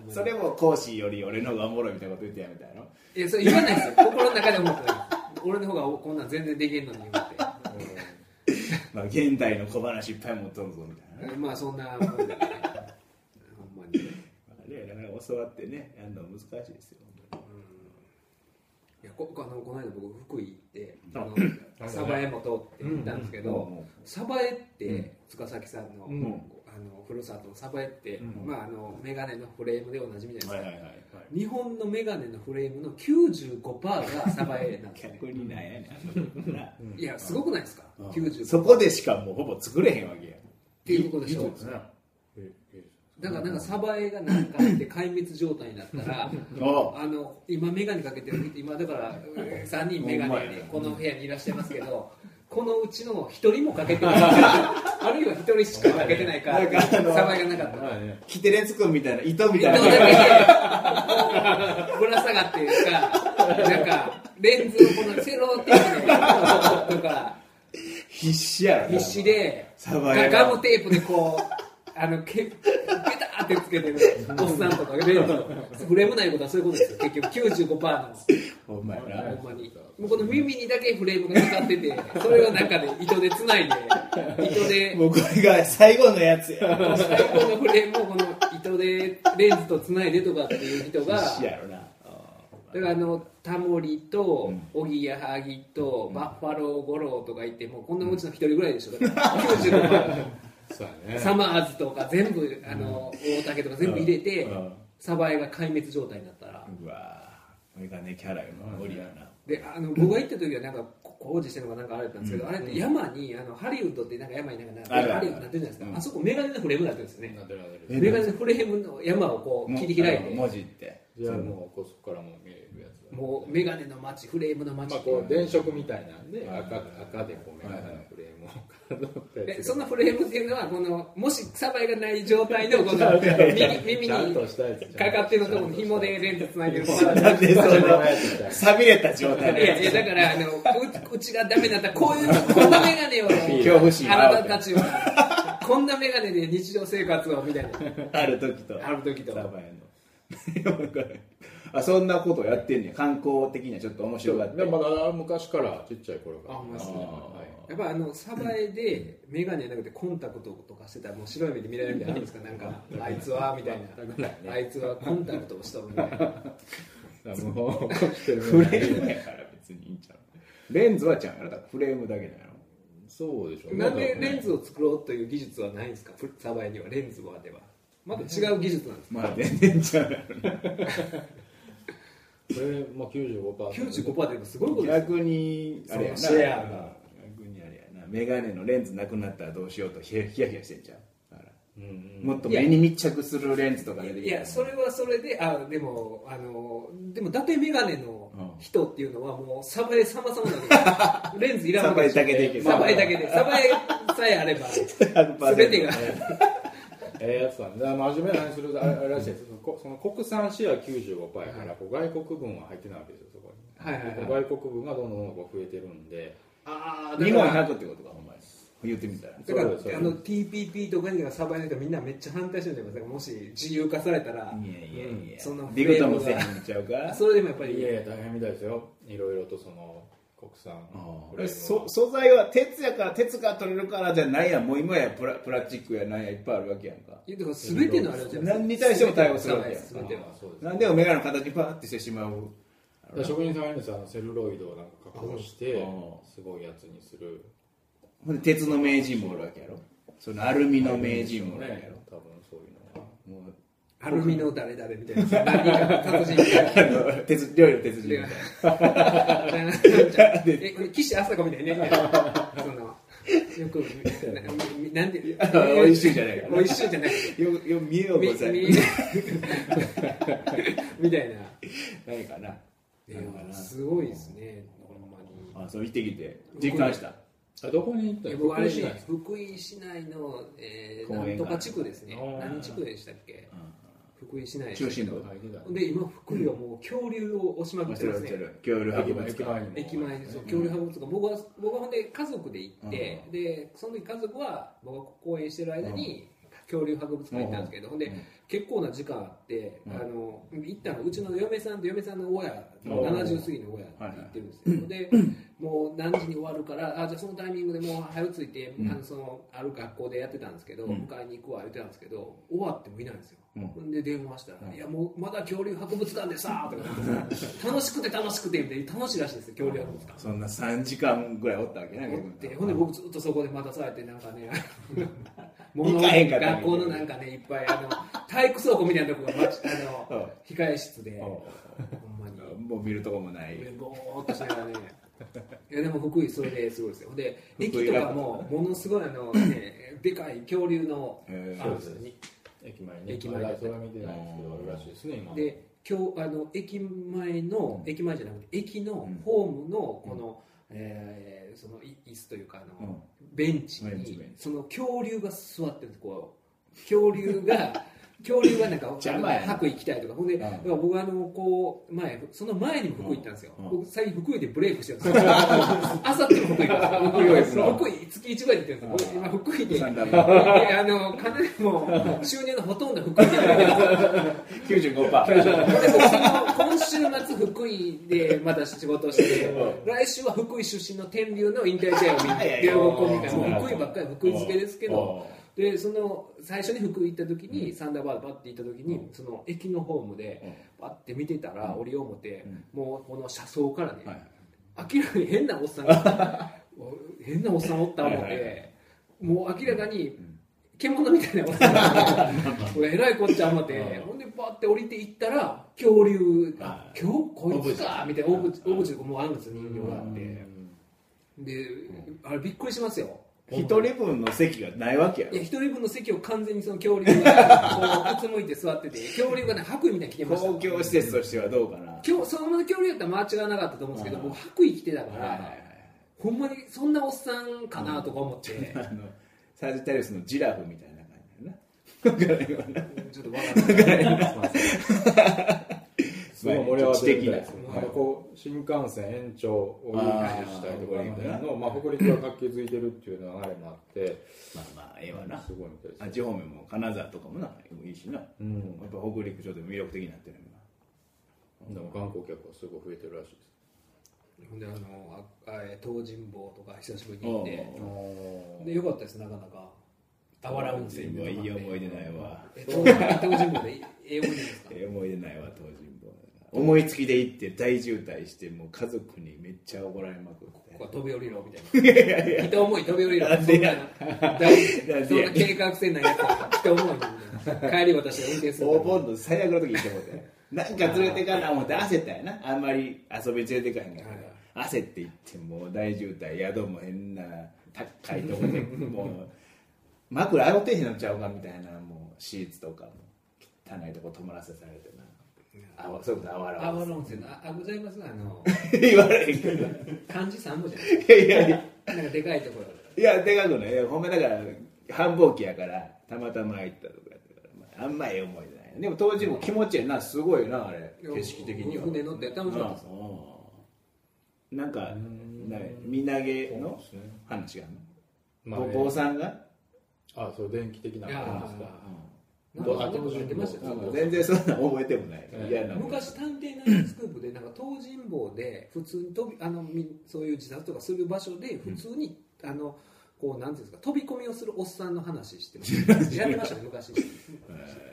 A: まに
B: それも講師より俺の方がおもろいみたいなこと言ってやめたやろ
A: いやそれ言わないですよ心の中で思ってた俺の方がこんなん全然できんのに思っ
B: まあ現代の小話いっぱい持っとるぞみたいなね
A: てまあそんなもんでねほんまに
B: あれやなかなか教わってねやるのは難しいですよ本
A: いやこあのこの間僕福井行ってあ
B: あ
A: の鯖江も通って行ったんですけ
B: 当に
A: ど鯖江って、
B: うん
A: 塚崎さんの,、
C: うん
A: あのふるさとの鯖江って、
C: うん
A: まあ、あの眼鏡のフレームでおなじみじゃないですか、
B: はいはいはい
A: 日本の眼鏡のフレームの95%が鯖江なんですね
B: 逆になんやねんあのな
A: いやすごくないですか、95%
B: そこでしかもうほぼ作れへんわけや
A: っていうことでしょだからなんかサバエがなんかあって壊滅状態になったら
B: お
A: あの今眼鏡かけてる今だからえー3人眼鏡でこの部屋にいらっしゃいますけどこのうちの1人もかけてないあるいは1人しかかけてないか
B: なんかあの
A: サバエがなかったら
B: キテレツくんみたいな糸みた
A: どう
B: い
A: で も
B: ない
A: いけどぶら下がっていうかなんかレンズをこのセロテープでとか
B: 必死やろな
A: 必死で
B: サバ
A: ガ
B: エ
A: ガムテープでこうあのけペタってつけてるおっさんとかレンズ フレームないことはそういうことですよ結局95%の
B: お前な
A: ほんまにもうこの耳にだけフレームがかかっててそれを中で糸でつないで糸で
B: もうこれが最後のやつや
A: 最高のフレームをこの糸でレンズとつないでとかっていう人が
B: 必死やろな
A: だからあのタモリと
B: うん
A: おぎやはぎとバッファロー五郎とかいてもうこんなうちの一人ぐらいでしょだから95%。
C: そうやね
A: サマーズとか全部あの大竹とか全部入れて
B: うんうん
A: サバエが壊滅状態になったら
B: うわこれがねキャラよな無理やな
A: であの僕が行った時はなんかこ工事してるのがなんかあれだったんですけど、あれって山にあのハリウッドってなんか山になんかな
B: あるある
A: ハリウッドなってるじゃないですか、
B: うん
A: あそこメガネのフレームになってるんですよね
C: なでなで
B: え
A: メガネのフレームの山をこう切り開いて
B: 文字って
C: じゃあもうこそこからもう見えるやつだ
A: もうメガネの街フレームの街
C: まあこう電飾みたいなんで赤赤でこうメガネのフレームを飾ったや
A: え
C: つ
A: そんなフレームっていうのはこのもしサバエがない状態のこの耳耳
C: ちゃん
A: に
C: としたやつ
A: かかってるのとこに紐でレンズつないでる
B: なんでそのさびれた状態
A: いやいやだからあのううちがダメだったらこういう こんな眼鏡を
B: 恐怖心
A: あなたたちはこんな眼鏡で日常生活をみたいな
B: ある時と
A: ある時と
B: サバエの あそんなことやってんねん観光的にはちょっと面白がって
C: でまだ昔からちっちゃい頃から
A: あほんまっすね
C: はい
A: やっぱあのサバエで眼鏡なくてコンタクトとかしてたらもう白い目で見られるみたいなのあるんですかなんかあいつはみたいなあいつはコンタクトをしとるみたいな
C: だからもう起こしてる
B: フ
C: ぐら
B: レ
C: い
B: ームやから別にいいんちゃうレンズはちゃうやろだからフレームだけだよ
C: そうでしょう
A: なんでレン
C: ズ
A: ズを作ろうという技術はないんですかサバエにはレンズはではまた違う技術なんですか
B: まあ全然ちゃうや
C: これもう95%で
A: 95%でもすごいこ
B: ろ
A: とですよ
B: 逆にあれやな
A: そうシェアが
B: 逆にあれやな眼鏡のレンズなくなったらどうしようとヒヤヒヤヒヤしてんちゃうだから
C: うんうん
B: もっと目に密着するレンズとか出てき
A: いやそれはそれであでもあのでも伊達眼鏡の人っていうのはもうサバエ様々 なのでレンズいらん
B: サ
A: わ
B: バ
A: け
B: エ
A: でし
B: だ
A: ょ
B: けでいける
A: サバエだけでサバエさえ あれば
B: 100%
A: 全てが
C: ええやつなんだから真面目な話するとあれあれらしいですそのこその国産シェア95%やから、こう外国分は入ってないわけですよそこに、
A: はいはいはい
C: ここ外国分がどんどんどんどん増えてるんで
A: あー
B: 日本
A: だから
B: 100ってことかお前言ってみたら
A: だから
C: そうですそうです
A: あの TPP とかにサバエの人みんなめっちゃ反対してるじゃないですかもし自由化されたら
B: いやいやいや
A: その
B: ビクともせえへんちゃうか
A: それでもやっぱ
C: いやい
A: り
C: や大変みたいですよいろいろとその国産
B: あ
C: フライ
B: ー
C: ド
B: そ素材は鉄やから鉄が取れるからじゃないやんもう今やプラプラスチックやなんやいっぱいあるわけやんか
A: いやだから全てのあれはじゃ
B: 何に対しても対応するわけやん
A: 全ては
C: あそうです
B: なんでおメガネの形にパーってしてしまう
C: だから職人さんがいるんですよあのセルロイドをなんか加工して
B: あー
C: すごいやつにする
B: ほんで鉄の名人もおるわけやろそのアルミの名人もおるわけやろ
C: 多分そういうのは
B: もう
A: アルミの誰々みたい な何か達人みたいな
B: あの鉄料理の鉄人みたいな
A: えこれ岸朝子みたいにねそのよくみなんで
B: おいしいじゃないか
A: おいしいじゃない
B: よくよく見えよう
A: み
B: ござい
A: み みたいな
B: ないかなないかな
A: すごいですねほんまに
B: あそう行ってきて実感した
C: あどこに行った
A: え
C: の
A: 僕あれ
C: じ
A: し
C: ゃないですか
A: 福井市内の、えー、
B: 公
A: な
B: 園
A: ん
B: が
A: とか地区ですね
C: あー
A: 何地区でしたっけ福井市内
B: 中心部
C: 入ってた
A: で今福井はもう恐竜を押しまく
B: も
A: っ
B: ち
A: てま
B: ろ
A: す
B: んも
A: ね
B: ちろん恐竜博物
C: 駅前
B: 館
C: にも
A: 駅前にそう恐竜博物館僕は僕はほんで家族で行って、
B: うん
A: でその時家族は僕が公演してる間に、恐竜博物館行ったんですけど、ほんで、
B: うん
A: 結構な時間あって、
B: うん
A: あの行ったのうちの嫁さんと嫁さんの親
B: うん
A: 70過ぎの親って言ってるんですよ、でもう何時に終わるからあじゃあそのタイミングでもう早く着いて、
B: うん
A: あのそのある学校でやってたんですけど、
B: うん
A: 迎えに行くわ言ってたんですけど終わってもいないんですよ、
B: うん
A: ほんで電話したら
B: う
A: 「
B: ん
A: いやもうまだ恐竜博物館でさ」とか言ってさ楽しくて楽しくて」みたいな楽しいらしいんですよ恐竜博物館
B: そんな3時間ぐらいおったわけな
A: おってほんで僕ずっとそこで待たされてなんか ね物
B: 行
A: を
B: かへんかった
A: 学校のなんかねいっぱい あの体育倉庫みたいなとこがまちあの控え室でほんまに
B: もう見るとこもない
A: ぼーっとしながらねいやでも福井それですごいですよほんで
B: 福井
A: 駅とかもものすごいあの、ね、でかい恐竜の
B: へー
A: あるんですよね
C: 駅前に
A: 駅前に
C: あそれは見てないですけどあるらしいですね今
A: で今日あの駅前の、
B: うん
A: 駅前じゃなくて駅の
B: うん
A: ホームのこの、えーそのい椅子というかあの、
B: うん
A: ベンチ
B: ベンチ
A: に
B: ベンチ
A: その恐竜が座ってるこう恐竜 が恐竜がなんか
B: 邪魔やな
A: 白衣着たいとかほんで、
B: うん
A: だから僕あのこう前その前にも福井行ったんですよ、
B: うんうん
A: 僕最近福井でブレイクしてるんですよあさっても福井行くんですよ
B: 福
A: 福井月一ぐらいで行ってるんですよ僕今福井で
B: 三段
A: いやあの金も収入のほとんど福井でやってるんです
B: 95%
A: よで僕その今週末福井でまた仕事をして
B: う
A: 来週は福井出身の天竜の引退試合を見
B: いや
A: て
B: いや
A: 両国を見た
B: そう
A: もう福井ばっかり福井漬けですけどでその最初に福井行った時に、サンダーバードバッて行った時にその駅のホームでバッて見てたら折り表、もうこの車窓からね、
B: はい
A: 明らかに変なおっさんがお変なおっさんおった思って、
B: はいはいは
A: もう明らかに獣みたいなおっさんが これえらいこっちゃ思ってほんでバッて降りていったら恐竜
B: は
A: 「今日こいつか」みたいな大口大口でもうあるんですよ人形があっ
C: う
A: て
C: ん
A: であれびっくりしますよ
B: 一人分の席がないわけや
A: い
B: ろ
A: や一人分の席を完全にその恐竜がこううつむいて 座ってて恐竜がね白衣みたいに着てました
B: 公共施設としてはどうかな
A: 今日そのまま恐竜やったら間違わなかったと思うんですけど
B: うん
A: もう白衣着てたか
B: はいはい
A: ら
B: はい
A: ほんまにそんなおっさんかなとか思って、
B: あのサジタリウスのジラフみたいな感じだよなわかんない
A: ちょっとわからない。
C: すごい盛り上がってるみたいですね
B: 知的な
C: なんかこう新幹線延長を誘致したいと
B: あー
C: かあの辺の、まあ、北陸が活気づいてるっていう流れもあって
B: まあまあええわな
C: すごいみたいです
B: あっち方面も金沢とかもなもいいしなやっ
C: う
B: ぱ
C: ん、
B: 北陸ちょっと魅力的になってるもんな
C: でも観光客はすごい増えてるらしいです
A: ほんであのああえ東尋坊とか久しぶりに行って
B: お
A: でよかったですなかなかあわら温泉
B: いい思い出ないわ
A: え東東尋坊でええ思い出ですか
B: ええ思い出ないわ東尋坊思いつきで行って大渋滞してもう家族にめっちゃ怒られまくっ
A: こ
B: て
A: こは飛び降りろみたいな人思い飛び降りろそんな大 そんな計画性ないやつは人思いみたいな帰り私が運転する
B: お盆の最悪の時行ってもうてなんか連れてかな思って焦ったんやなあんまり遊び連れてかへんから焦って行ってもう大渋滞宿も変な高いとこでもう枕あおてへんのちゃうかみたいなもうシーツとかも汚いとこ泊まらせされてなあわそういうことあわら
A: あ
B: わ
A: わら温泉のああございますあ の
B: 言われへんけど
A: 漢字三文字
B: いやいやいや
A: なんかでかいところ
B: いや、でかくない。いやほんまだから、繁忙期やから、たまたま入ったとかやったから、まあ、あんまええ思い出ない。でも当時も気持ちいいな、すごいな、あれ、景色的には。
A: 船乗って楽しかったです
B: うんなんか、
C: ん
B: な身投げ
C: そう
B: の
C: ですね
B: 話がある
C: ま
B: の。お坊
C: あ
B: さんが、
C: あそう電気的な
A: あ
C: 感じですか
A: あなん
C: ど
A: か
C: あ同時
A: やってましたよ
C: う
A: ち
C: ん
A: ょっと
B: 全然そんなん覚えてもない
C: うん
B: 嫌な思い
A: 昔探偵ナイトスクープでなんか東尋坊で普通に飛びあのみそういう自殺とかする場所で普通に、あのこうなんていうんですか飛び込みをするおっさんの話してま したやってましたね昔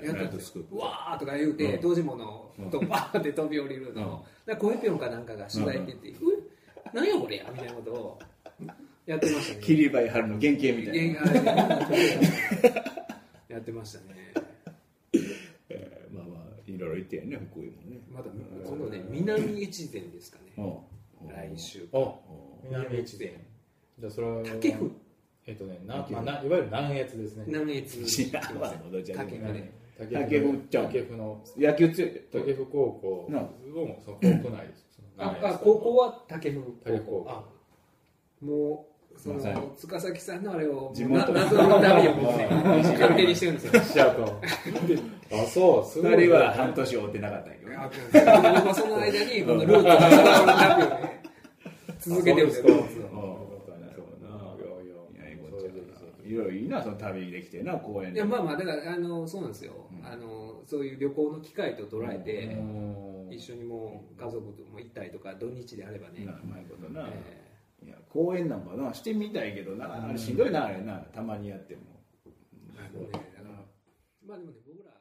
B: え
A: や
B: ーナ
A: ってた
B: イ
A: ん
B: ト
A: で
B: ス
A: す
B: ク
A: よ
B: ープ
A: うわーとか言うて、
B: うん
A: 東尋坊のとバーって飛び降りるの、
B: うん
A: だからコエピョンかなんかが取材に出て「うん、なんやこれや」みたいなことをやってましたね
B: 桐林春の原型みたいな、
A: 原画なんか撮れたやってましたね
B: えーまあまあいろいろ言ってやね福井もね
A: まだ今度ね南越前ですかね
B: うん
A: 来週
C: あ
B: うん
A: 南越前
C: じゃあそれは
A: 竹譜
C: えっとねな、まあ、ないわゆる南越ですね
A: 南越
B: 知
A: 前
B: らんわそのどちらでも
A: 竹譜ね
C: 竹譜
B: 竹譜ちゃん
C: 竹譜の
B: 野球強い
C: 竹譜高校
B: な
C: もその高校内ですその
A: あ
C: 南越
A: あ高校は竹風
C: 竹高校
A: あもうそ
B: まさに
A: の塚崎さんのあれを
B: 地元
A: な謎の旅を僕ね勝手にしてるんですよ
C: しちゃうとあそうすごい
B: 二人は半年追ってなかったんやけどね
A: あまあその間にこのルーツの旅をね続けてるんですよ
C: あそうですか
B: うん
C: そうだな
B: や
C: いや
B: え
C: い
B: え
C: や
B: こっちゃないろいろいいなその旅できてな公園
A: い
B: で
A: やまあまあだからあのそうなんですよ、
B: ん
A: あのそういう旅行の機会と捉えて、
C: うん
A: 一緒にもう家族とも行ったりとか土日であればね、
B: なうまいことな、
A: え
B: いや公園なんかなしてみたいけどなあれしんどいなあれなたまにやっても
A: ーあのねだからまあでもね僕ら